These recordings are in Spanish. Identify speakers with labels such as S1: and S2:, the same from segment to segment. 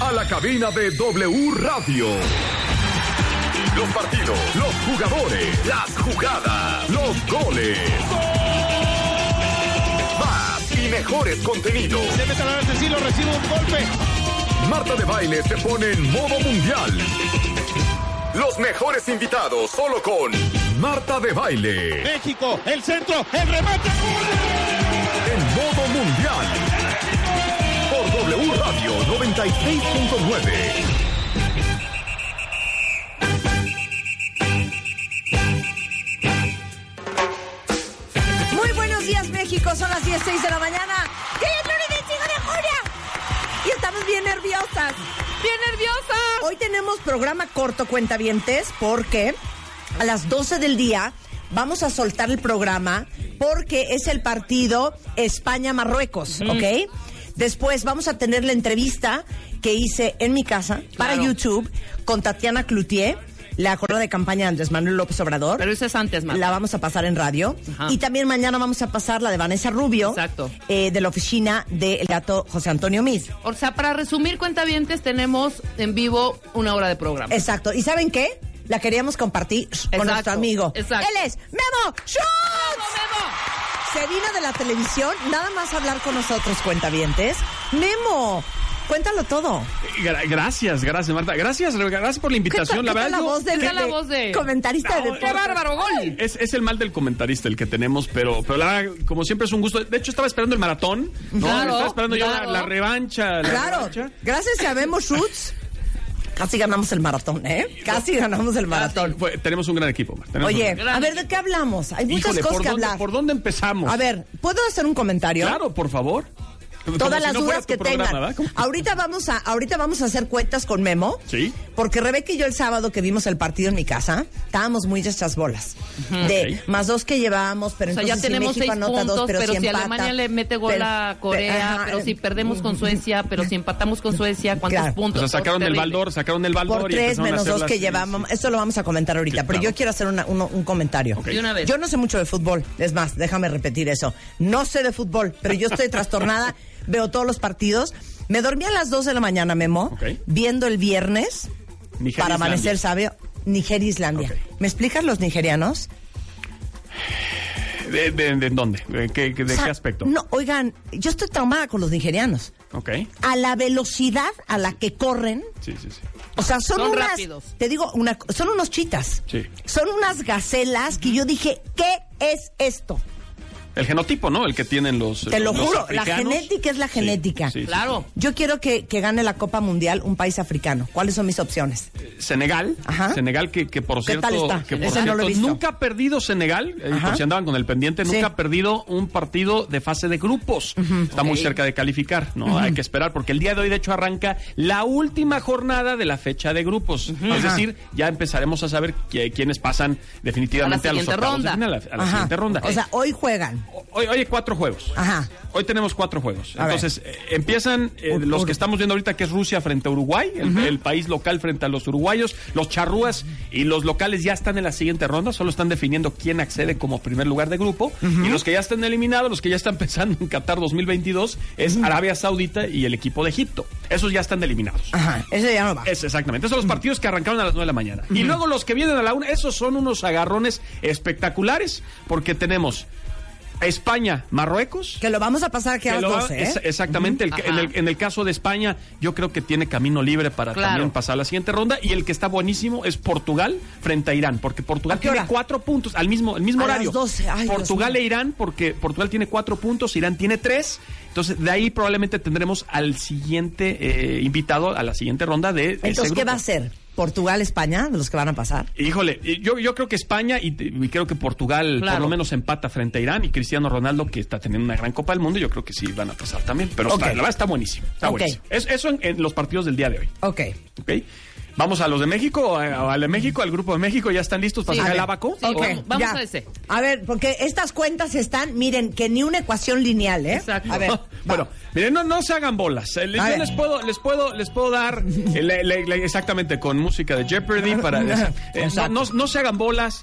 S1: a la cabina de W Radio. Los partidos, los jugadores, las jugadas, los goles. Más y mejores contenidos.
S2: Se mete a la Cecilio, recibe un golpe.
S1: Marta de Baile se pone en modo mundial. Los mejores invitados solo con Marta de Baile.
S2: México, el centro, el remate.
S1: En modo mundial. Por W Radio 96.9.
S3: Muy buenos días, México. Son las 16 de la mañana. ¡Que ya es lunes 25 de julio! Y estamos bien nerviosas.
S4: ¡Bien nerviosa!
S3: Hoy tenemos programa corto, cuentavientes, porque a las 12 del día vamos a soltar el programa porque es el partido España-Marruecos, ¿ok? Después vamos a tener la entrevista que hice en mi casa para YouTube con Tatiana Cloutier, la corona de campaña de Andrés Manuel López Obrador.
S4: Pero eso es antes, Marta.
S3: La vamos a pasar en radio.
S4: Ajá.
S3: Y también mañana vamos a pasar la de Vanessa Rubio.
S4: Exacto.
S3: eh, de la oficina del gato José Antonio Miz.
S4: O sea, para resumir, cuentavientes, tenemos en vivo una hora de programa.
S3: Exacto. ¿Y saben qué? La queríamos compartir con
S4: Exacto,
S3: nuestro amigo.
S4: exacto.
S3: Él es Memo Schultz.
S4: ¡Vamos,
S3: Se vino de la televisión nada más a hablar con nosotros, cuentavientes. Memo, cuéntalo todo.
S5: Gra- gracias, gracias Marta. Gracias, Rebeca. Gracias por la invitación.
S3: ¿Qué tal-
S5: la
S3: qué tal
S5: verdad, yo-
S3: voz del-
S4: ¿Qué tal la
S3: de-
S4: voz de-
S3: comentarista de
S4: Memo! ¡Qué
S3: deportes?
S4: bárbaro, gol!
S5: es, es el mal del comentarista el que tenemos, pero, pero la verdad, como siempre es un gusto. De hecho, estaba esperando el maratón. ¿no?
S4: Claro,
S5: estaba esperando yo
S4: claro.
S5: la, la revancha. la
S3: Claro,
S5: revancha.
S3: gracias a Memo Schultz, casi ganamos el maratón, ¿eh? Casi ganamos el maratón.
S5: Ah, Fue- tenemos un gran equipo. Marta, tenemos un
S3: Oye,
S5: gran-
S3: a ver, ¿de qué hablamos? Hay muchas
S5: Híjole,
S3: cosas
S5: ¿por,
S3: que
S5: dónde,
S3: hablar.
S5: ¿por dónde empezamos?
S3: A ver, ¿puedo hacer un comentario?
S5: Claro, por favor. Como
S3: Todas
S5: si
S3: las
S5: no fuera
S3: dudas
S5: tu
S3: que
S5: programa,
S3: tengan. Ah,
S5: ¿verdad? Como-
S3: Ahorita vamos a, ahorita vamos a hacer cuentas con Memo.
S5: Sí.
S3: Porque Rebeca y yo el sábado que vimos el partido en mi casa, estábamos muy de estas bolas. De
S5: Ok.
S3: más dos que llevábamos, pero
S4: O sea,
S3: entonces
S4: ya tenemos
S3: si
S4: seis
S3: México anota
S4: puntos,
S3: dos, pero,
S4: pero,
S3: si
S4: si
S3: empata,
S4: Alemania le mete gol
S3: pero-
S4: a
S3: pero-
S4: Corea,
S3: ajá,
S4: pero si
S3: eh,
S4: perdemos con Suecia, pero si empatamos con Suecia, ¿cuántos
S3: Claro.
S5: O
S4: puntos?
S5: sea, sacaron el
S4: Terrible.
S5: baldor, sacaron el baldor.
S3: Por
S5: y
S3: tres
S5: empezaron a
S3: menos
S5: hacer
S3: dos
S5: las-
S3: que llevamos. Esto lo vamos a comentar ahorita,
S5: Sí,
S3: pero
S5: claro.
S3: yo quiero hacer una- uno- un comentario.
S5: Ok.
S4: De una vez.
S3: Yo no sé mucho de fútbol, es más, déjame repetir eso. No sé de fútbol, pero yo estoy trastornada, veo todos los partidos. Me dormí a las 2 de la mañana, Memo,
S5: Ok.
S3: viendo el viernes
S5: Nigeria,
S3: para amanecer
S5: Islandia.
S3: sabio, Nigeria-Islandia.
S5: Ok.
S3: ¿Me explicas los nigerianos?
S5: ¿De, de- de dónde? ¿De qué, de
S3: O sea,
S5: qué aspecto?
S3: No, oigan, yo estoy traumada con los nigerianos.
S5: Ok.
S3: A la velocidad a la que corren,
S5: Sí, sí, sí.
S3: O sea, son,
S4: Son
S3: unas,
S4: rápidos.
S3: te digo, una, son unos chitas.
S5: Sí.
S3: Son unas gacelas que yo dije, ¿qué es esto?
S5: El genotipo, ¿no? El que tienen los.
S3: Te lo
S5: Pues los
S3: juro, la
S5: africanos.
S3: genética es la
S5: Sí,
S3: genética.
S5: sí, sí.
S4: Claro.
S3: Yo quiero que, que gane la Copa Mundial un país africano. ¿Cuáles son mis opciones?
S5: Senegal.
S3: Ajá.
S5: Senegal, que, que por
S3: ¿Qué
S5: cierto.
S3: tal está?
S5: Que por
S3: Ese no lo he
S5: cierto,
S3: visto.
S5: Nunca ha perdido Senegal, eh,
S3: Ajá.
S5: por si andaban con el pendiente,
S3: Sí.
S5: nunca ha perdido un partido de fase de grupos. Está muy
S4: Ok.
S5: cerca de calificar, ¿no? Hay que esperar, porque el día de hoy, de hecho, arranca la última jornada de la fecha de grupos. Es
S3: Ajá.
S5: decir, ya empezaremos a saber qui- quiénes pasan definitivamente
S4: A
S5: a,
S4: la
S5: los
S4: siguiente
S5: octavos de
S4: ronda.
S5: final, a la, a la
S3: Ajá.
S5: siguiente ronda.
S3: O sea, hoy juegan.
S5: Hoy, hoy hay cuatro juegos.
S3: Ajá.
S5: Hoy tenemos cuatro juegos.
S3: A ver.
S5: Entonces, eh, empiezan eh,
S3: Ur-
S5: los
S3: Ur-
S5: que estamos viendo ahorita, que es Rusia frente a Uruguay, el, el país local frente a los uruguayos, los charrúas y los locales ya están en la siguiente ronda, solo están definiendo quién accede como primer lugar de grupo. Y los que ya están eliminados, los que ya están pensando en Qatar 2022, es Arabia Saudita y el equipo de Egipto. Esos ya están eliminados.
S3: Ajá, eso ya no va.
S5: Es exactamente. Esos son los partidos que arrancaron a las 9 de la mañana. Y luego los que vienen a la 1, esos son unos agarrones espectaculares porque tenemos España, Marruecos.
S3: Que lo vamos a pasar aquí a
S5: que
S3: las
S5: lo-
S3: 12,
S5: es-
S3: ¿eh?
S5: exactamente. el que-
S4: Ajá.
S5: en, el, en el caso de España, yo creo que tiene camino libre para
S4: Claro.
S5: también pasar a la siguiente ronda. Y el que está buenísimo es Portugal frente a Irán, porque Portugal
S3: ¿A qué
S5: tiene
S3: hora?
S5: cuatro puntos al mismo, el mismo
S3: A
S5: horario.
S3: las 12, ay, Dios
S5: Portugal
S3: mío.
S5: e Irán, porque Portugal tiene cuatro puntos, Irán tiene tres. Entonces, de ahí probablemente tendremos al siguiente eh, invitado a la siguiente ronda de. eh, ese
S3: Entonces, ¿qué
S5: grupo.
S3: va a ser? ¿Portugal, España, de los que van a pasar?
S5: Híjole, y yo, yo creo que España y, y creo que Portugal
S4: Claro.
S5: por lo menos empata frente a Irán y Cristiano Ronaldo, que está teniendo una gran Copa del Mundo, yo creo que sí van a pasar también. Pero está-
S3: Ok.
S5: la verdad está buenísimo. Está
S3: Ok.
S5: buenísimo. Es- eso en, en los partidos del día de hoy.
S3: Ok.
S5: ¿ok? Vamos a los de México, o a- o al de México, al grupo de México, ¿ya están listos para
S4: Sí.
S5: sacar
S4: A
S5: el
S4: ver.
S5: abaco?
S4: Sí,
S3: Ok,
S4: vamos-
S3: ya.
S4: vamos a ese.
S3: A ver, porque estas cuentas están, miren, que ni una ecuación lineal, ¿eh?
S4: Exacto.
S3: A ver. va.
S5: Ah, Bueno, miren, no, no se hagan bolas. Eh, les-
S3: A
S5: yo
S3: ver.
S5: les puedo, les puedo, les puedo dar eh, la- la- la- exactamente con música de Jeopardy para eh, no,
S3: Exacto.
S5: no- no se hagan bolas.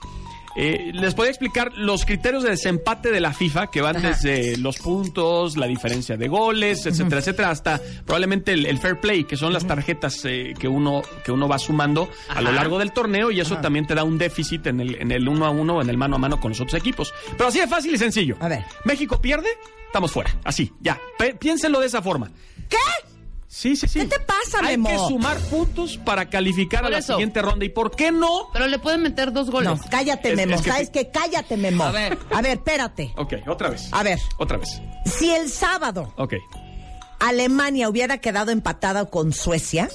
S5: Eh, les podría explicar los criterios de desempate de la FIFA, que van
S3: Ajá.
S5: desde los puntos, la diferencia de goles, etcétera, etcétera, hasta probablemente el, el fair play, que son las tarjetas eh, que uno que uno va sumando a lo largo del torneo y eso también te da un déficit en el, en el uno a uno, en el mano a mano con los otros equipos. Pero así de fácil y sencillo.
S3: A ver.
S5: México pierde, estamos fuera. Así, ya. Pe- piénsenlo de esa forma.
S3: ¿Qué?
S5: Sí, sí, sí.
S3: ¿Qué te pasa,
S5: Hay
S3: Memo?
S5: que sumar puntos para calificar a
S4: Por
S5: la
S4: eso.
S5: siguiente ronda. ¿Y por qué no?
S4: Pero le pueden meter dos
S3: No,
S4: goles.
S3: cállate,
S5: Es-
S3: Memo.
S5: es que
S3: ¿Sabes qué? Cállate, Memo.
S6: A ver.
S3: A ver, espérate.
S5: Ok, otra vez.
S3: A ver,
S5: Otra vez.
S3: si el sábado
S5: Ok.
S3: Alemania hubiera quedado empatada con Suecia,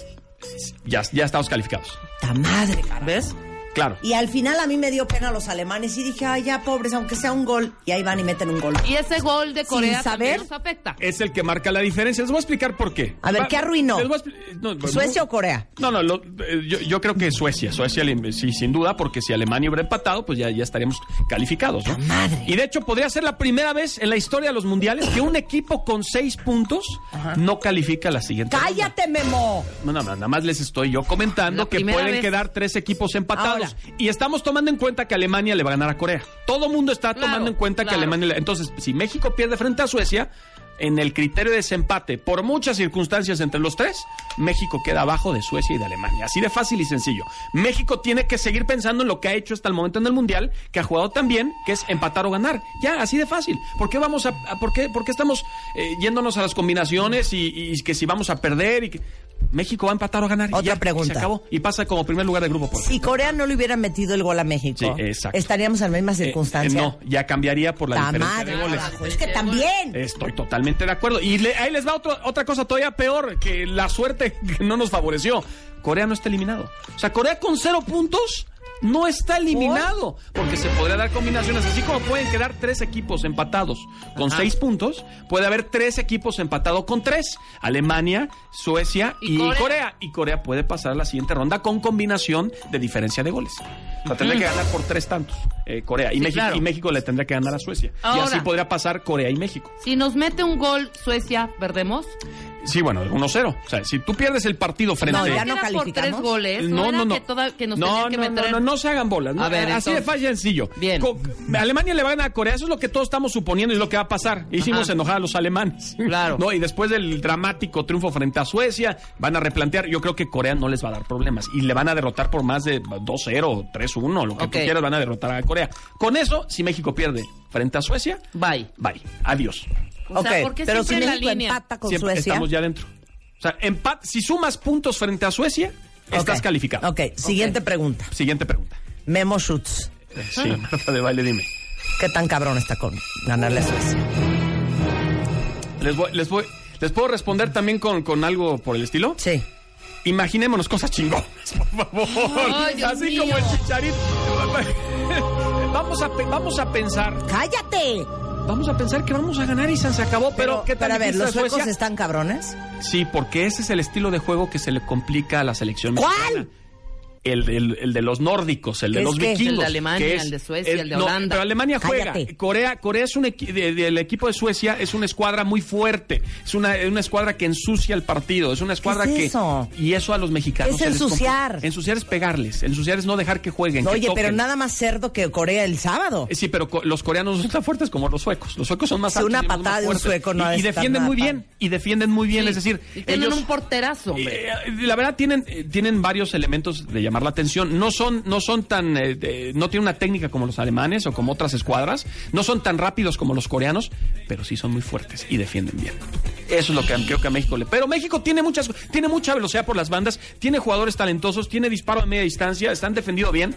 S5: Ya, ya estamos calificados.
S3: ta madre, cara.
S4: ¿Ves?
S5: Claro.
S3: Y al final a mí me dio pena los alemanes y dije, ay, ya, pobres, aunque sea un gol. Y ahí van y meten un gol.
S4: Y ese gol de
S3: saber.
S4: Corea también nos afecta.
S5: Es el que marca la diferencia. Les voy a explicar por qué.
S3: A ver,
S5: Va-
S3: ¿qué arruinó?
S5: les voy a expli- no, bueno,
S3: ¿Suecia o Corea?
S5: No, no, lo- eh, yo, yo creo que Suecia. Suecia, le- sí, sin duda, porque si Alemania hubiera empatado, pues ya, ya estaríamos calificados. ¿no? Y de hecho, podría ser la primera vez en la historia de los mundiales que un equipo con seis puntos no califica a la siguiente. ronda.
S3: ¡Cállate, Memo!
S5: No, no, no, nada más les estoy yo comentando
S4: La
S5: que
S4: primera
S5: pueden
S4: vez.
S5: quedar tres equipos empatados.
S3: Ahora.
S5: Y estamos tomando en cuenta que Alemania le va a ganar a Corea. Todo mundo está
S4: Claro,
S5: tomando en cuenta que
S4: claro.
S5: Alemania. le- Entonces, si México pierde frente a Suecia, en el criterio de desempate, por muchas circunstancias entre los tres, México queda abajo de Suecia y de Alemania. Así de fácil y sencillo. México tiene que seguir pensando en lo que ha hecho hasta el momento en el Mundial, que ha jugado tan bien, que es empatar o ganar. Ya, así de fácil. ¿Por qué vamos a, a- por qué, por qué estamos eh, yéndonos a las combinaciones y, y que si vamos a perder y que México va a empatar o ganar? y
S3: Otra
S5: ya,
S3: pregunta.
S5: Se acabó y pasa como primer lugar de grupo. Por Eh,
S3: Si Corea no le hubiera metido el gol a México,
S5: Sí, exacto.
S3: estaríamos en la misma
S5: Eh,
S3: circunstancia.
S5: eh, no, ya cambiaría por la
S3: Ta
S5: diferencia de
S3: madre,
S5: goles. Eh,
S3: carajo, Es que también.
S5: Estoy totalmente de acuerdo. Y le- ahí les va otro- otra cosa todavía peor, que la suerte que no nos favoreció. Corea no está eliminado. O sea, Corea con cero puntos no está eliminado. Porque se podría dar combinaciones. Así como pueden quedar tres equipos empatados con seis puntos, puede haber tres equipos empatados con tres. Alemania, Suecia y,
S4: Y
S5: Corea.
S4: Corea.
S5: Y Corea puede pasar a la siguiente ronda con combinación de diferencia de goles. O sea, tendría que ganar por tres tantos eh, Corea.
S4: Mm.
S5: Y,
S4: Sí,
S5: México,
S4: claro.
S5: y México le tendría que ganar a Suecia. y
S4: Ahora.
S5: así podría pasar Corea y México.
S4: Si nos mete un gol Suecia, perdemos.
S5: Sí, bueno, 1-0. O sea, si tú pierdes el partido frente
S3: No, ya
S4: Era
S3: no
S4: por tres
S3: calificamos.
S4: goles. No, no, no. Que, toda- que nos
S5: no,
S4: tenían que
S5: no,
S4: meter.
S5: no, no, no se hagan bolas. No,
S4: A ver,
S5: así
S4: entonces.
S5: de fácil y sencillo.
S4: Bien.
S5: Co- Alemania le va a ganar a Corea. Eso es lo que todos estamos suponiendo y es lo que va a pasar. Hicimos
S4: Ajá.
S5: enojar a los alemanes.
S4: Claro.
S5: No, y después del dramático triunfo frente a Suecia, van a replantear. Yo creo que Corea no les va a dar problemas y le van a derrotar por más de 2-0, 3-1, lo que tú
S4: Ok.
S5: quieras, van a derrotar a Corea. Con eso, si México pierde frente a Suecia,
S4: Bye.
S5: bye. Adiós.
S4: O sea,
S3: Ok,
S4: ¿por qué
S3: pero si
S4: siempre en la
S3: México
S4: línea?
S3: empata con
S5: Siempre
S3: Suecia.
S5: Estamos ya dentro. O sea, empat- si sumas puntos frente a Suecia, estás
S3: Ok.
S5: calificado.
S3: Ok, siguiente pregunta.
S5: Siguiente pregunta. Ah.
S3: Memo Schutz.
S5: Sí, Marta de baile, dime.
S3: ¿Qué tan cabrón está con ganarle a Suecia?
S5: Les voy, les voy, les puedo responder también con, con algo por el estilo.
S3: Sí.
S5: Imaginémonos cosas chingonas, por favor.
S4: Ay, Dios
S5: Así
S4: mío.
S5: como el chicharito. Vamos a, pe- vamos a pensar,
S3: ¡Cállate!
S5: vamos a pensar que vamos a ganar y se se acabó, pero, ¿qué tal
S3: a ver,
S5: empieza
S3: ¿los suecos
S5: Suecia?
S3: están cabrones?
S5: Sí, porque ese es el estilo de juego que se le complica a la selección
S3: ¿Cuál?
S5: mexicana. El, el- el de los nórdicos, el de
S3: ¿Qué es
S5: los
S3: qué?
S5: vikingos.
S4: El de Alemania,
S5: que
S4: el de Suecia, el de
S5: no,
S4: Holanda.
S5: pero Alemania juega.
S3: Cállate.
S5: Corea, Corea es un equi- de- de- el equipo de Suecia es una escuadra muy fuerte. Es una, una escuadra que ensucia el partido. Es una escuadra
S3: es
S5: que.
S3: eso?
S5: Y eso a los mexicanos.
S3: Es
S5: se les complica.
S3: ensuciar.
S5: Ensuciar es pegarles. Ensuciar es no dejar que jueguen. que
S3: Oye, pero
S5: toquen.
S3: nada más cerdo que Corea el sábado.
S5: Eh, Sí, pero co- los coreanos no son tan fuertes como los suecos. Los suecos son más
S3: Sí,
S5: altos.
S3: una
S5: y son más
S3: patada de un
S5: fuertes.
S3: sueco no ha
S5: Y,
S3: de
S5: y
S3: estar
S5: defienden
S3: nada
S5: muy bien.
S3: padre.
S5: Y defienden muy bien. Es decir,
S4: Y tienen
S5: ellos-
S4: un porterazo, hombre.
S5: eh, eh, la verdad tienen eh, tienen varios elementos de llamar la atención. No son no son tan eh, de- no tienen una técnica como los alemanes o como otras escuadras. No son tan rápidos como los coreanos, pero sí son muy fuertes y defienden bien. Eso es lo que a- creo que a México le. Pero México tiene muchas tiene mucha velocidad por las bandas, tiene jugadores talentosos, tiene disparo a media distancia, están defendido bien.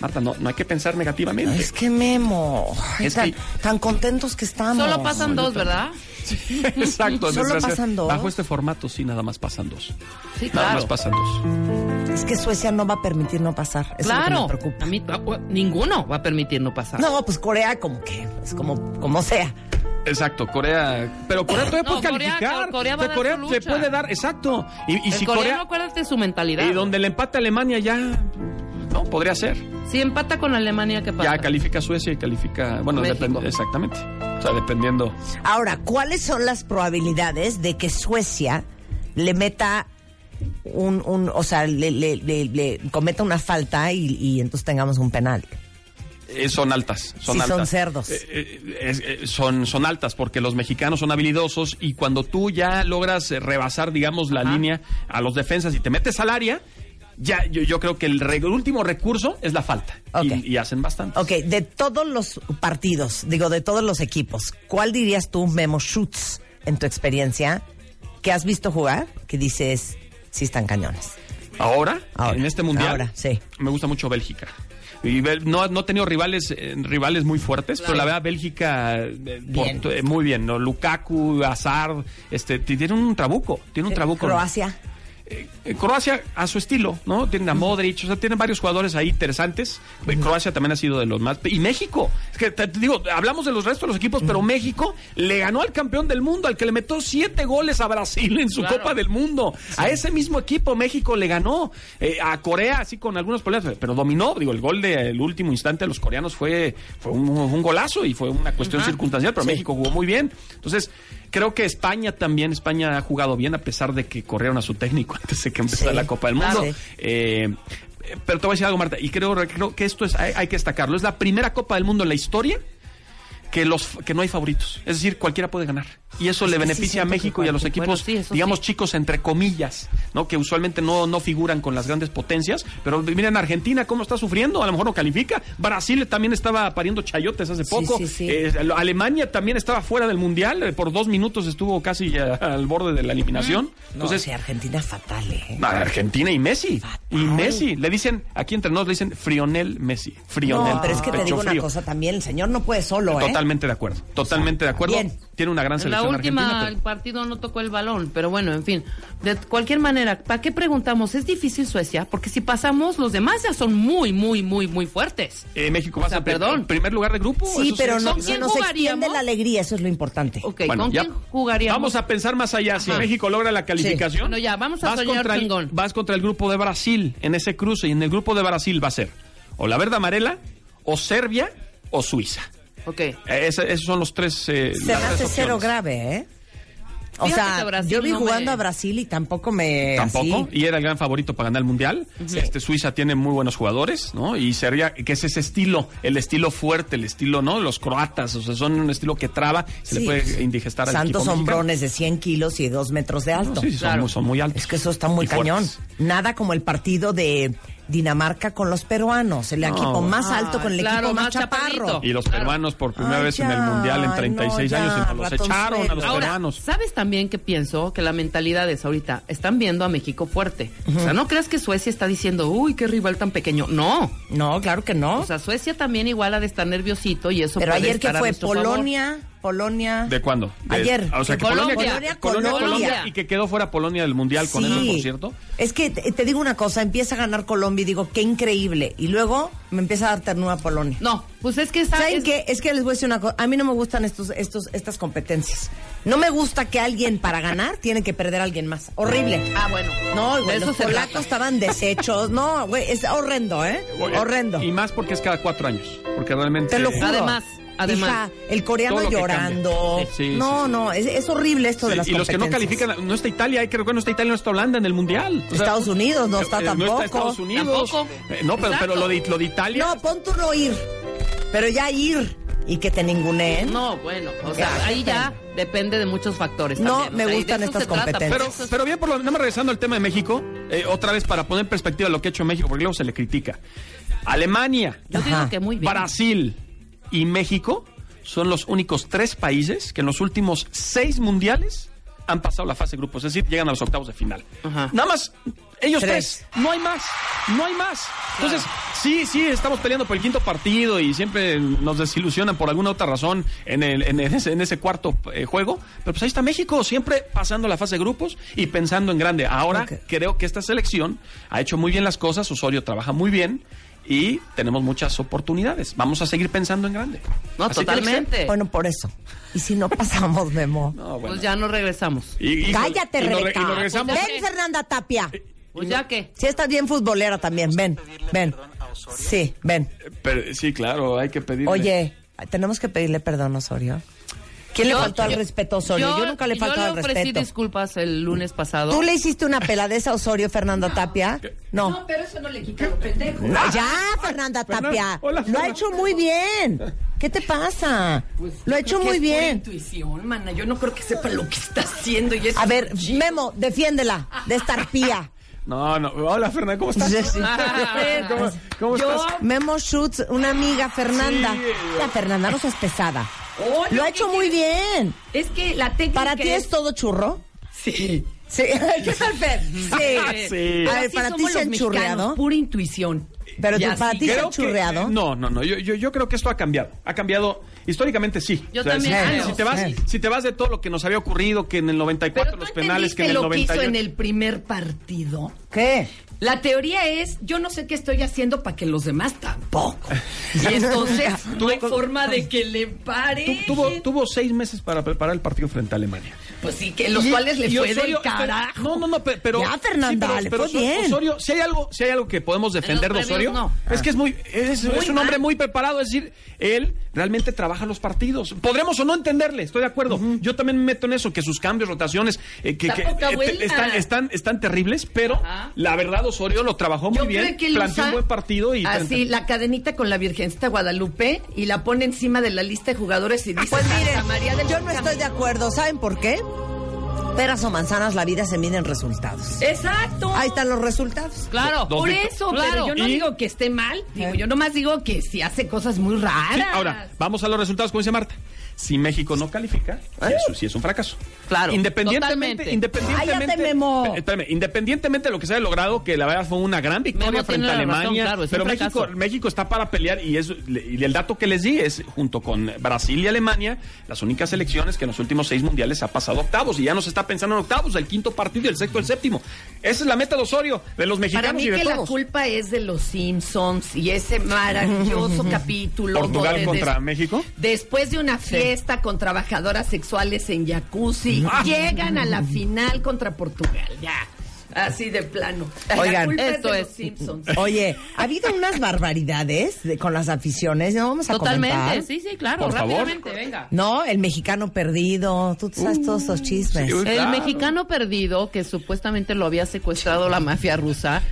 S5: Marta, no, no hay que pensar negativamente.
S3: Es que Memo, ay,
S5: Es
S3: tan,
S5: que-
S3: tan contentos que estamos.
S4: Solo pasan dos, ¿verdad?
S5: Exacto,
S3: Solo
S5: desgracia.
S3: pasan dos.
S5: Bajo este formato sí nada más pasan dos.
S4: Sí,
S5: Nada más
S4: claro.
S5: pasan dos.
S3: Es que Suecia no va a permitir no pasar. Eso
S4: Claro.
S3: Es lo que me preocupa.
S4: A mí, ah, bueno, ninguno va a permitir no pasar.
S3: No, pues Corea como que, es como, como sea.
S5: Exacto, Corea. Pero Corea todavía
S4: No,
S5: puede
S4: Corea-
S5: calificar.
S4: Corea va a dar
S5: Corea
S4: su
S5: se
S4: lucha.
S5: puede dar, exacto. Y, y
S4: El
S5: si
S4: coreano,
S5: Corea.
S4: acuérdate de su mentalidad.
S5: Y donde le empata a Alemania ya. No, podría ser.
S4: Si empata con Alemania, ¿qué pasa?
S5: Ya califica Suecia y califica. Bueno,
S4: México.
S5: depende. Exactamente. O sea, dependiendo.
S3: Ahora, ¿cuáles son las probabilidades de que Suecia le meta un, un o sea, le, le- le- le cometa una falta y, y entonces tengamos un penal?
S5: eh, son altas. Son
S3: Sí, son
S5: altas.
S3: cerdos.
S5: Eh, eh, es- eh, son, son altas porque los mexicanos son habilidosos y cuando tú ya logras eh, rebasar, digamos, la
S4: Ajá.
S5: línea a los defensas y te metes al área, ya yo, yo creo que el, re- último recurso es la falta. Y-
S3: Ok.
S5: Y, hacen bastante.
S3: Ok, de todos los partidos, digo, de todos los equipos, ¿cuál dirías tú, Memo Schutz, en tu experiencia, que has visto jugar, que dices, sí están cañones?
S5: Ahora,
S3: Ahora,
S5: en este mundial,
S3: ahora, sí.
S5: me gusta mucho Bélgica. Y Bel- no, no ha tenido rivales eh, rivales muy fuertes, pero la verdad Bélgica eh,
S3: Bien.
S5: por- eh, muy bien, ¿no? Lukaku, Hazard, este t- tiene un trabuco, tiene un trabuco.
S3: Croacia.
S5: Eh, Croacia a su estilo, ¿no? Tienen a Modric, o sea, tienen varios jugadores ahí interesantes. Eh, Croacia también ha sido de los más y México. Es que te, te digo, hablamos de los restos de los equipos, pero México le ganó al campeón del mundo, al que le metió siete goles a Brasil en su
S4: Claro.
S5: Copa del Mundo. A ese mismo equipo México le ganó eh, a Corea, así con algunos problemas, pero dominó. Digo, el gol del último instante a los coreanos fue, fue un, un golazo y fue una cuestión circunstancial, pero México jugó muy bien. Entonces, creo que España también, España ha jugado bien a pesar de que corrieron a su técnico antes de que empezara
S3: Sí,
S5: la Copa del Mundo.
S3: claro.
S5: Eh, pero te voy a decir algo, Marta, y creo, creo que esto es, hay, hay que destacarlo. Es la primera Copa del Mundo en la historia que los que no hay favoritos. Es decir, cualquiera puede ganar. Y eso le
S3: que sí
S5: beneficia a
S3: siento que
S5: México y a los
S4: cualquier- bueno,
S5: equipos,
S4: sí, eso
S5: digamos,
S4: sí.
S5: chicos entre comillas, ¿no? Que usualmente no, no figuran con las grandes potencias. Pero miren Argentina cómo está sufriendo, a lo mejor no califica. Brasil también estaba pariendo chayotes hace poco.
S3: sí, sí.
S5: Eh, lo- Alemania también estaba fuera del mundial. eh, por dos minutos estuvo casi eh, al borde de la eliminación.
S3: Mm. No,
S5: Entonces,
S3: sí, Argentina fatal, ¿eh?
S5: no, Argentina y Messi.
S3: Fatal.
S5: Y Messi. Le dicen, aquí entre nos le dicen Frionel Messi. Frionel.
S3: No, pero es que te
S5: pecho
S3: digo una
S5: frío.
S3: cosa ¿eh? también, el señor no puede solo, ¿eh?
S5: Totalmente de acuerdo. Totalmente de acuerdo.
S3: Bien.
S5: Tiene una gran
S4: En la
S5: selección
S4: última
S5: argentina.
S4: el partido no tocó el balón, pero bueno, en fin. De cualquier manera, ¿para qué preguntamos? ¿Es difícil Suecia? Porque si pasamos, los demás ya son muy, muy, muy, muy fuertes.
S5: pero, eh, México
S4: O
S5: va
S4: sea,
S5: a ser
S4: perdón.
S5: perdón. primer lugar de grupo.
S3: Sí,
S5: eso
S3: pero no,
S4: ¿Con
S3: se
S4: quién
S3: nos extiende
S4: jugaríamos?
S3: la alegría, eso es lo importante.
S4: Ok,
S5: Bueno,
S4: ¿con
S5: ya.
S4: quién jugaríamos?
S5: Vamos a pensar más allá. Si
S4: Ajá.
S5: México logra la calificación,
S4: Bueno, ya, vamos a
S5: vas,
S4: soñar
S5: contra el,
S4: chingón.
S5: vas contra el grupo de Brasil en ese cruce. Y en el grupo de Brasil va a ser o la verde amarela, o Serbia, o Suiza.
S4: Ok.
S5: Eh, ese- esos son los tres. eh,
S3: Se me
S5: las tres
S3: hace cero
S5: opciones.
S3: grave, ¿eh? O
S4: Fíjate
S3: sea,
S4: que Brasil
S3: yo vi
S4: no
S3: jugando
S4: me-
S3: a Brasil y tampoco me...
S5: Tampoco,
S3: así.
S5: y era el gran favorito para ganar el Mundial. Este Suiza tiene muy buenos jugadores, ¿no? Y Serbia, que es ese estilo, el estilo fuerte, el estilo, ¿no? Los croatas, o sea, son un estilo que traba, se
S3: Sí.
S5: le puede indigestar al equipo
S3: Santos
S5: mexicano.
S3: hombrones de 100 kilos y de 2 metros de alto.
S5: No, sí, sí, son,
S4: Claro.
S5: muy, son muy altos.
S3: Es que eso está muy
S5: y
S3: cañón.
S5: fuertes.
S3: Nada como el partido de Dinamarca con los peruanos. El equipo
S5: bueno.
S3: más alto con el
S4: Ah,
S3: equipo
S4: claro,
S3: más
S4: más
S3: chaparro.
S4: chaparrito.
S5: Y los
S4: Claro.
S5: peruanos por primera
S3: Ay,
S5: vez en
S3: ya,
S5: el Mundial en 36
S3: no,
S5: años
S3: ya,
S5: y nos los
S3: ratón
S5: echaron a los
S3: suelto.
S4: Ahora,
S5: peruanos.
S4: ¿sabes también que pienso? Que la mentalidad es ahorita, están viendo a México fuerte. O sea, no creas que Suecia está diciendo, uy, qué rival tan pequeño. No.
S3: No, claro que no.
S4: O sea, Suecia también igual ha de estar nerviosito y eso
S3: Pero
S4: puede
S3: ayer que
S4: estar a
S3: fue
S4: nuestro favor.
S3: Polonia, Polonia.
S5: ¿De cuándo? De-
S3: Ayer.
S5: ah, O sea, que
S4: De
S5: Polonia,
S4: Colombia.
S5: Colombia,
S3: Colombia,
S5: Colombia,
S4: Colombia.
S5: y que quedó fuera Polonia del Mundial con eso, por cierto.
S3: Es que te, te digo una cosa, empieza a ganar Colombia y digo, qué increíble. Y luego me empieza a dar ternura Polonia.
S4: No, pues es que está...
S3: ¿Saben
S4: es-
S3: qué? Es que les voy a decir una cosa. A mí no me gustan estos, estos, estas competencias. No me gusta que alguien para ganar tiene que perder a alguien más. Horrible.
S4: Ah, bueno.
S3: No, güey,
S4: De eso
S3: los
S4: se
S3: polacos
S4: trata.
S3: estaban deshechos. No, güey, es horrendo, ¿eh?
S5: Oye,
S3: Horrendo.
S5: Y más porque es cada cuatro años. Porque realmente.
S3: Te lo juro.
S4: Además, además.
S3: Hija, el coreano
S5: Todo lo que
S3: llorando.
S5: cambia. Sí, sí,
S3: no,
S5: sí, sí.
S3: no, es, es horrible esto de
S5: Sí,
S3: las
S5: y los que no
S3: competencias.
S5: califican, no está Italia, hay que recordar, no está Italia, no está Holanda en el Mundial. O sea,
S3: Estados Unidos no
S5: eh,
S3: está
S5: eh,
S3: tampoco.
S5: No está Estados Unidos.
S4: Tampoco.
S5: Eh, no, pero, pero lo, de, lo de Italia.
S3: No, pon tú no ir. Pero ya ir y que te ninguneen.
S4: No, bueno, o
S3: Ya,
S4: sea, ahí
S3: qué
S4: ya depende de muchos factores.
S3: No,
S4: también, o
S3: me
S4: sea, y de
S3: gustan
S4: eso
S3: estas
S4: se trata,
S3: competencias.
S5: Pero, pero bien, por lo nada más regresando al tema de México, eh, otra vez para poner en perspectiva lo que ha hecho México, porque luego se le critica. Alemania,
S4: Yo
S3: Ajá.
S4: digo que muy bien.
S5: Brasil y México son los únicos tres países que en los últimos seis mundiales han pasado la fase de grupos, es decir, llegan a los octavos de final.
S4: Ajá.
S5: Nada más, ellos
S3: Tres.
S5: tres. no hay más, no hay más. Entonces, sí, sí, estamos peleando por el quinto partido y siempre nos desilusionan por alguna otra razón en, el- en el- ese, en ese cuarto eh, juego, pero pues ahí está México, siempre pasando la fase de grupos y pensando en grande. Ahora
S3: Ok.
S5: creo que esta selección ha hecho muy bien las cosas, Osorio trabaja muy bien y tenemos muchas oportunidades. Vamos a seguir pensando en grande.
S4: No,
S5: Así tiene que ser.
S4: totalmente.
S3: Bueno, por eso. ¿Y si no pasamos, Memo?
S5: No, bueno.
S4: Pues ya no regresamos.
S5: Y- y-
S3: Cállate,
S5: y nos re-
S3: Rebeca.
S5: y nos regresamos.
S3: Ven, Fernanda Tapia.
S4: Pues ya que.
S3: Si estás bien futbolera también, ven, ven. Sí, ven.
S5: Pero, sí, claro, hay que pedir.
S3: Oye, tenemos que pedirle perdón a Osorio. ¿Quién
S4: Yo-
S3: le faltó al
S4: yo-
S3: respeto a Osorio? Yo, nunca le he faltado
S4: yo
S3: al
S4: ofrecí
S3: respeto.
S4: disculpas el lunes pasado.
S3: ¿Tú le hiciste una peladeza a Osorio, Fernanda Tapia? No.
S4: pero eso no le quita lo pendejo.
S3: Ya, Fernanda
S5: Fernanda,
S3: Tapia.
S5: hola,
S3: lo ha
S5: Fernanda.
S3: hecho muy bien. ¿Qué te pasa?
S4: Pues,
S3: lo ha hecho muy bien.
S4: intuición, mana. Yo no creo que sepa lo que está haciendo. Y
S3: A ver, Memo, defiéndela de esta arpía.
S5: No, no. Hola, Fernanda, ¿cómo estás?
S3: Sí, sí.
S5: ¿Cómo, cómo
S3: Yo,
S5: estás?
S3: Memo Schutz, una amiga, Fernanda.
S5: Sí.
S3: Ya, Fernanda, no seas pesada.
S6: Oye,
S3: Lo ha
S6: ¿qué
S3: hecho
S6: quieres?
S3: muy bien.
S6: Es que la técnica
S3: ¿Para ti es todo churro?
S6: Sí.
S3: Sí. ¿Qué tal, Fer? Sí.
S5: Sí.
S3: A ver,
S6: Así
S3: ¿para ti
S6: somos
S3: se
S6: los
S3: han
S6: mexicanos,
S3: churreado?
S6: Pura intuición.
S3: Pero
S6: Y
S3: tú,
S6: así.
S3: para ti se han
S5: que-
S3: churreado.
S5: no, no, no. Yo, yo, yo creo que esto ha cambiado. Ha cambiado. Históricamente sí.
S4: Yo también
S5: si-
S4: creo,
S5: Si te, vas,
S3: sí.
S5: si te vas de todo lo que nos había ocurrido, que en el 94
S6: Pero tú
S5: los penales, que
S6: entendiste
S5: en el
S6: lo que hizo
S5: 98.
S6: en el primer partido.
S3: ¿Qué?
S6: La teoría es, yo no sé qué estoy haciendo para que los demás tampoco. Y entonces no hay forma de que le pare.
S5: Tu- Tuvo, tuvo seis meses para preparar el partido frente a Alemania.
S6: Pues sí, que los
S5: Y-
S6: cuales le
S5: y
S6: fue
S5: Osorio- eh,
S6: del carajo.
S5: No, no, no, pe- pero.
S3: Ya, Fernanda, le fue
S5: Oso-
S3: bien.
S5: Osorio, si hay algo, si hay algo que podemos defender de
S4: los
S5: Osorio,
S4: premios,
S5: es que es muy, es,
S6: Muy
S5: es un
S6: mal.
S5: hombre muy preparado. Es decir, él realmente trabaja los partidos. Podremos o no entenderle, estoy de acuerdo. Yo también me meto en eso, que sus cambios, rotaciones, eh, que,
S6: Está
S5: que,
S6: poca
S5: eh,
S6: vuelta.
S5: están, están, están terribles, pero
S4: Ajá.
S5: la verdad, Osorio lo trabajó muy
S6: Yo
S5: bien,
S6: creo que él
S5: planteó
S6: usa
S5: un buen partido y.
S6: así la cadenita con la Virgencita Guadalupe y la pone encima de la lista de jugadores y dice
S3: Pues
S6: "Santa María
S3: miren,
S6: del
S3: yo no estoy de acuerdo. ¿Saben por qué? Peras o manzanas, la vida se mide en resultados.
S6: Exacto.
S3: Ahí están los resultados.
S4: Claro.
S5: Dos
S6: Por
S5: victorias.
S6: eso,
S4: Claro.
S6: pero yo no
S5: Y-
S6: digo que esté mal, digo, yo nomás digo que si hace cosas muy raras.
S5: Sí, ahora, vamos a los resultados, como dice Marta. Si México no califica, eso sí es un fracaso.
S4: ¿Eh? Claro,
S5: Independientemente,
S4: totalmente.
S5: independientemente,
S3: Cállate, Memo.
S5: Pe- espérame, independientemente de lo que se haya logrado, que la verdad fue una gran victoria
S4: Memo
S5: frente
S4: tiene
S5: a
S4: la razón,
S5: Alemania.
S4: claro, es un
S5: pero
S4: fracaso.
S5: México, México está para pelear y es y el dato que les di es junto con Brasil y Alemania, las únicas selecciones que en los últimos seis mundiales ha pasado octavos y ya nos está pensando en octavos, el quinto partido, el sexto, el séptimo. Esa es la meta de Osorio, de los mexicanos
S6: Para mí
S5: y de
S6: que la
S5: todos.
S6: culpa es de los Simpsons y ese maravilloso capítulo.
S5: Portugal
S6: donde
S5: contra México.
S6: Después de una fiesta con trabajadoras sexuales en jacuzzi,
S5: Ah.
S6: llegan a la final contra Portugal, ya. Así de plano.
S3: Oigan,
S6: la culpa
S4: esto
S6: es de
S4: es-
S6: los Simpsons.
S3: Oye, ha habido unas barbaridades de- con las aficiones, ¿no? Vamos a
S4: Totalmente.
S3: comentar.
S4: Sí, sí, claro.
S5: Por favor.
S4: rápidamente, venga.
S3: No, el mexicano perdido, tú sabes todos esos chismes.
S5: Uh, sí, uy.
S4: El
S5: Claro.
S4: mexicano perdido, que supuestamente lo había secuestrado la mafia rusa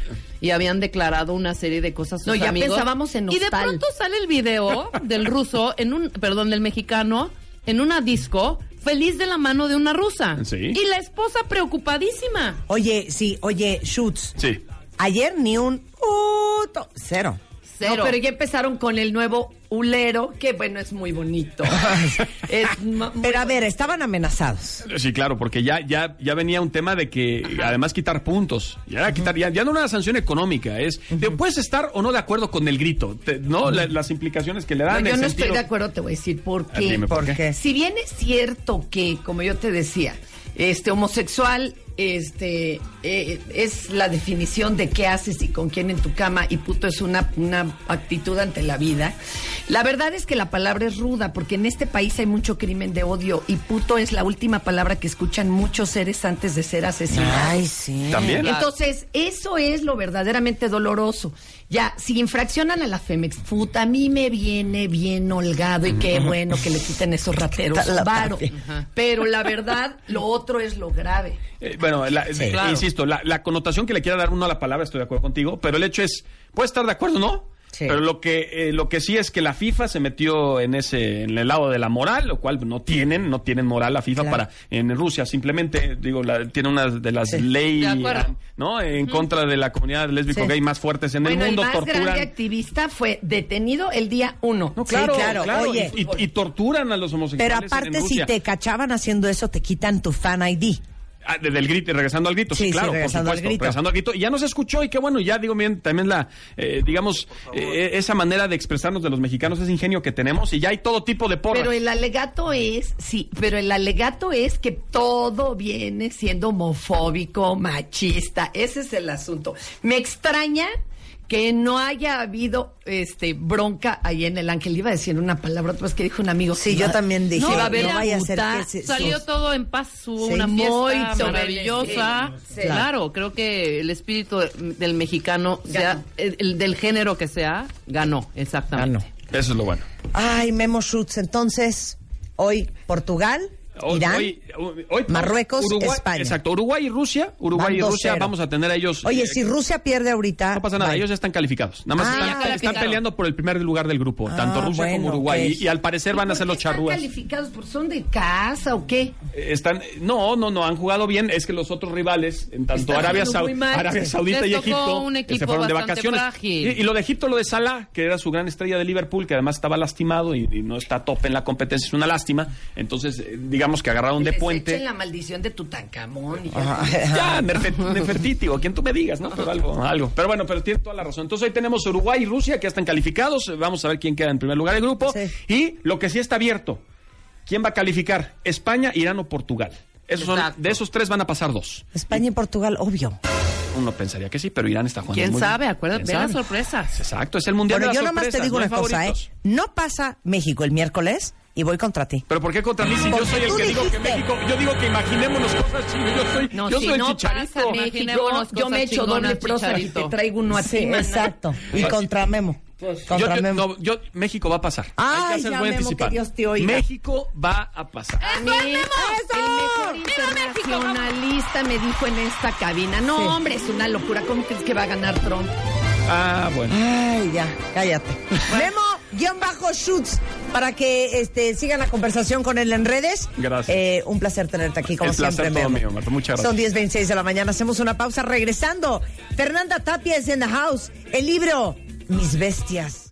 S4: y habían declarado una serie de cosas. sus
S6: No, ya
S4: amigos.
S6: pensábamos en
S4: Y de
S6: Hostal.
S4: pronto sale el video del ruso, en un, perdón, del mexicano, en una disco, feliz de la mano de una rusa.
S5: Sí.
S4: Y la esposa preocupadísima.
S3: Oye, sí, oye, Schutz.
S5: Sí.
S3: Ayer ni un puto, cero.
S4: Cero.
S6: No, pero ya empezaron con el nuevo ulero, que bueno, es muy bonito. Es ma- muy
S3: Pero a ver, estaban amenazados.
S5: Sí, claro, porque ya, ya, ya venía un tema de que además quitar puntos, ya era quitar, ya, ya no una sanción económica, es de, puedes estar o no de acuerdo con el grito, te- no La- las implicaciones que le dan.
S6: No, yo
S5: el
S6: no
S5: sentido-
S6: estoy de acuerdo, te voy a decir por
S5: Ah,
S6: qué.
S5: dime por
S3: ¿Por
S5: qué.
S3: qué?
S6: Si bien es cierto que, como yo te decía, este homosexual este eh, es la definición de qué haces y con quién en tu cama y puto es una, una actitud ante la vida. La verdad es que la palabra es ruda porque en este país hay mucho crimen de odio y puto es la última palabra que escuchan muchos seres antes de ser asesinados.
S3: Ay, sí.
S5: También.
S6: Entonces, eso es lo verdaderamente doloroso. Ya, si infraccionan a la Femex, puta, a mí me viene bien holgado y qué bueno que le quiten esos rateros
S3: La
S6: varo.
S3: tapia.
S6: Pero la verdad, lo otro es lo grave.
S5: Eh, bueno, la- eh,
S4: Claro.
S5: insisto, la, la connotación que le quiera dar uno a la palabra, estoy de acuerdo contigo, pero el hecho es, puedes estar de acuerdo, ¿no?
S3: Sí.
S5: Pero lo que eh, lo que sí es que la FIFA se metió en ese en el lado de la moral, lo cual no tienen, no tienen moral la FIFA
S3: Claro.
S5: para en Rusia simplemente digo la- tiene una de las
S3: Sí.
S5: leyes
S4: De acuerdo.
S5: no en contra de la comunidad lésbico
S3: Sí.
S5: gay más fuertes en
S6: bueno,
S5: el mundo,
S6: el más grande
S5: torturan
S6: activista fue detenido el día uno.
S5: no,
S3: Sí,
S5: claro,
S3: claro,
S5: claro,
S3: oye.
S5: y, y- y torturan a los
S3: Pero
S5: homosexuales en- en
S3: aparte, si
S5: Rusia.
S3: te cachaban haciendo eso, te quitan tu fan ID.
S5: Ah, de- del grito, y regresando al grito,
S3: Sí,
S5: sí,
S3: sí,
S5: claro, por
S3: regresando al
S5: supuesto,
S3: grito.
S5: regresando al grito. Y ya nos escuchó y qué bueno, ya digo bien, también la, eh, digamos, eh, esa manera de expresarnos de los mexicanos, ese ingenio que tenemos y ya hay todo tipo de porras.
S6: Pero el alegato es, sí, pero el alegato es que todo viene siendo homofóbico, machista. Ese es el asunto. Me extraña que no haya habido este bronca ahí en el ángel. Iba a decir una palabra otra vez que dijo un amigo.
S3: Sí,
S6: que
S3: yo
S6: iba-
S3: también dije,
S6: que iba a
S4: no
S6: haber
S3: vaya a ser
S6: puta.
S3: que se-
S4: Ah, Salió
S3: Sí.
S4: todo en paz, hubo
S3: Sí.
S4: una
S6: Muy
S4: fiesta
S6: sobre-
S4: maravillosa.
S6: Sí.
S4: Claro, creo que el espíritu de- del mexicano, sea,
S6: Ganó.
S4: el, el del género
S3: Ah,
S4: que sea, ganó, exactamente.
S3: Ganó.
S5: Eso es lo bueno.
S3: Ay, Memo Schutz, entonces, Hoy Portugal,
S5: Hoy-
S3: Irán,
S5: hoy- hoy-
S3: Marruecos,
S5: Uruguay-
S3: España.
S5: Exacto, Uruguay y Rusia. Uruguay y
S3: Van
S5: Rusia
S3: 2-0.
S5: vamos a tener a ellos.
S3: Oye,
S5: eh,
S3: si Rusia pierde ahorita...
S5: No pasa nada,
S3: bye.
S5: ellos ya están calificados. Nada más
S3: Ah,
S5: están-
S3: ya
S5: están,
S4: calificaron.
S5: peleando por el primer lugar del grupo,
S3: Ah,
S5: tanto Rusia
S3: bueno,
S5: como Uruguay.
S3: ok.
S5: Y, y al parecer van a
S6: ¿Y
S5: ser
S6: por
S5: los
S6: qué están
S5: charrúas. Eh,
S6: calificados? ¿Por son de casa o qué?
S5: Están, no, no, no, han jugado bien. Es que los otros rivales, en tanto
S6: Están
S5: Arabia,
S6: jugando
S5: Sau-
S6: muy mal.
S5: Arabia Saudita
S4: Les
S5: y
S4: tocó
S5: Egipto,
S4: un
S5: que se
S4: equipo
S5: fueron de
S4: bastante
S5: vacaciones.
S4: frágil.
S5: Y, y lo de Egipto, lo de Salah, que era su gran estrella de Liverpool, que además estaba lastimado y, y no está a tope en la competencia, es una lástima. Entonces, eh, digamos que agarraron de
S6: Les
S5: puente.
S6: echen la maldición de Tutankamón. Y ya.
S5: Ya, Nerfe- Nefertiti o quien tú me digas, ¿no? Pero algo, algo. Pero bueno, pero tiene toda la razón. Entonces hoy tenemos Uruguay y Rusia que ya están calificados. Vamos a ver quién queda en primer lugar del grupo.
S3: Sí.
S5: Y lo que sí está abierto, ¿quién va a calificar? España, Irán o Portugal. Esos son,
S4: Exacto.
S5: de esos tres van a pasar dos.
S3: España y Portugal, obvio.
S5: Uno pensaría que sí, pero Irán está jugando.
S4: ¿Quién
S5: muy
S4: sabe?
S5: bien.
S4: Acuérdate,
S5: ¿Quién
S4: ve las
S5: sabe?
S4: sorpresas.
S5: Exacto, es el mundial
S3: Bueno,
S5: de
S3: yo
S5: las
S3: nomás te
S5: sorpresas,
S3: digo
S5: no
S3: una
S5: hay
S3: cosa, ¿eh?
S5: favoritos.
S3: No pasa México el miércoles y voy contra ti.
S5: Pero ¿por qué contra mí si yo
S3: Porque
S5: soy el
S3: tú
S5: que digo que
S3: dijiste.
S5: México, yo digo que imaginémonos cosas chinas, yo soy,
S4: No,
S5: yo
S4: si
S5: soy
S4: no
S5: el chicharito.
S4: pasa
S6: México,
S4: Imaginémonos
S6: yo me
S4: cosas
S6: echo doble
S4: chingonas,
S6: prosa y
S4: Chicharito.
S6: te traigo uno a ti,
S3: Sí,
S6: maná.
S3: exacto. Y contra Memo.
S5: Yo,
S3: Contra
S5: yo-
S3: Memo.
S5: no, yo- México va a pasar.
S3: Ay,
S5: Hay que hacer
S3: ya,
S5: buen
S3: Memo,
S5: anticipar.
S3: que Dios te oiga.
S5: México va a pasar.
S6: A mí, el mejor internacionalista me dijo en esta cabina. No,
S3: Sí.
S6: hombre, es una locura. ¿Cómo crees que va a ganar Trump?
S5: Ah, bueno.
S3: Ay, ya, cállate. Memo, guión bajo Schutz, para que este, sigan la conversación con él en redes.
S5: Gracias.
S3: Eh, un placer tenerte aquí, como
S5: El placer
S3: siempre,
S5: todo
S3: Memo.
S5: mío, Marta, muchas gracias.
S3: Son 10.26 de la mañana, hacemos una pausa. Regresando, Fernanda Tapia es en the house. El libro, Mis Bestias.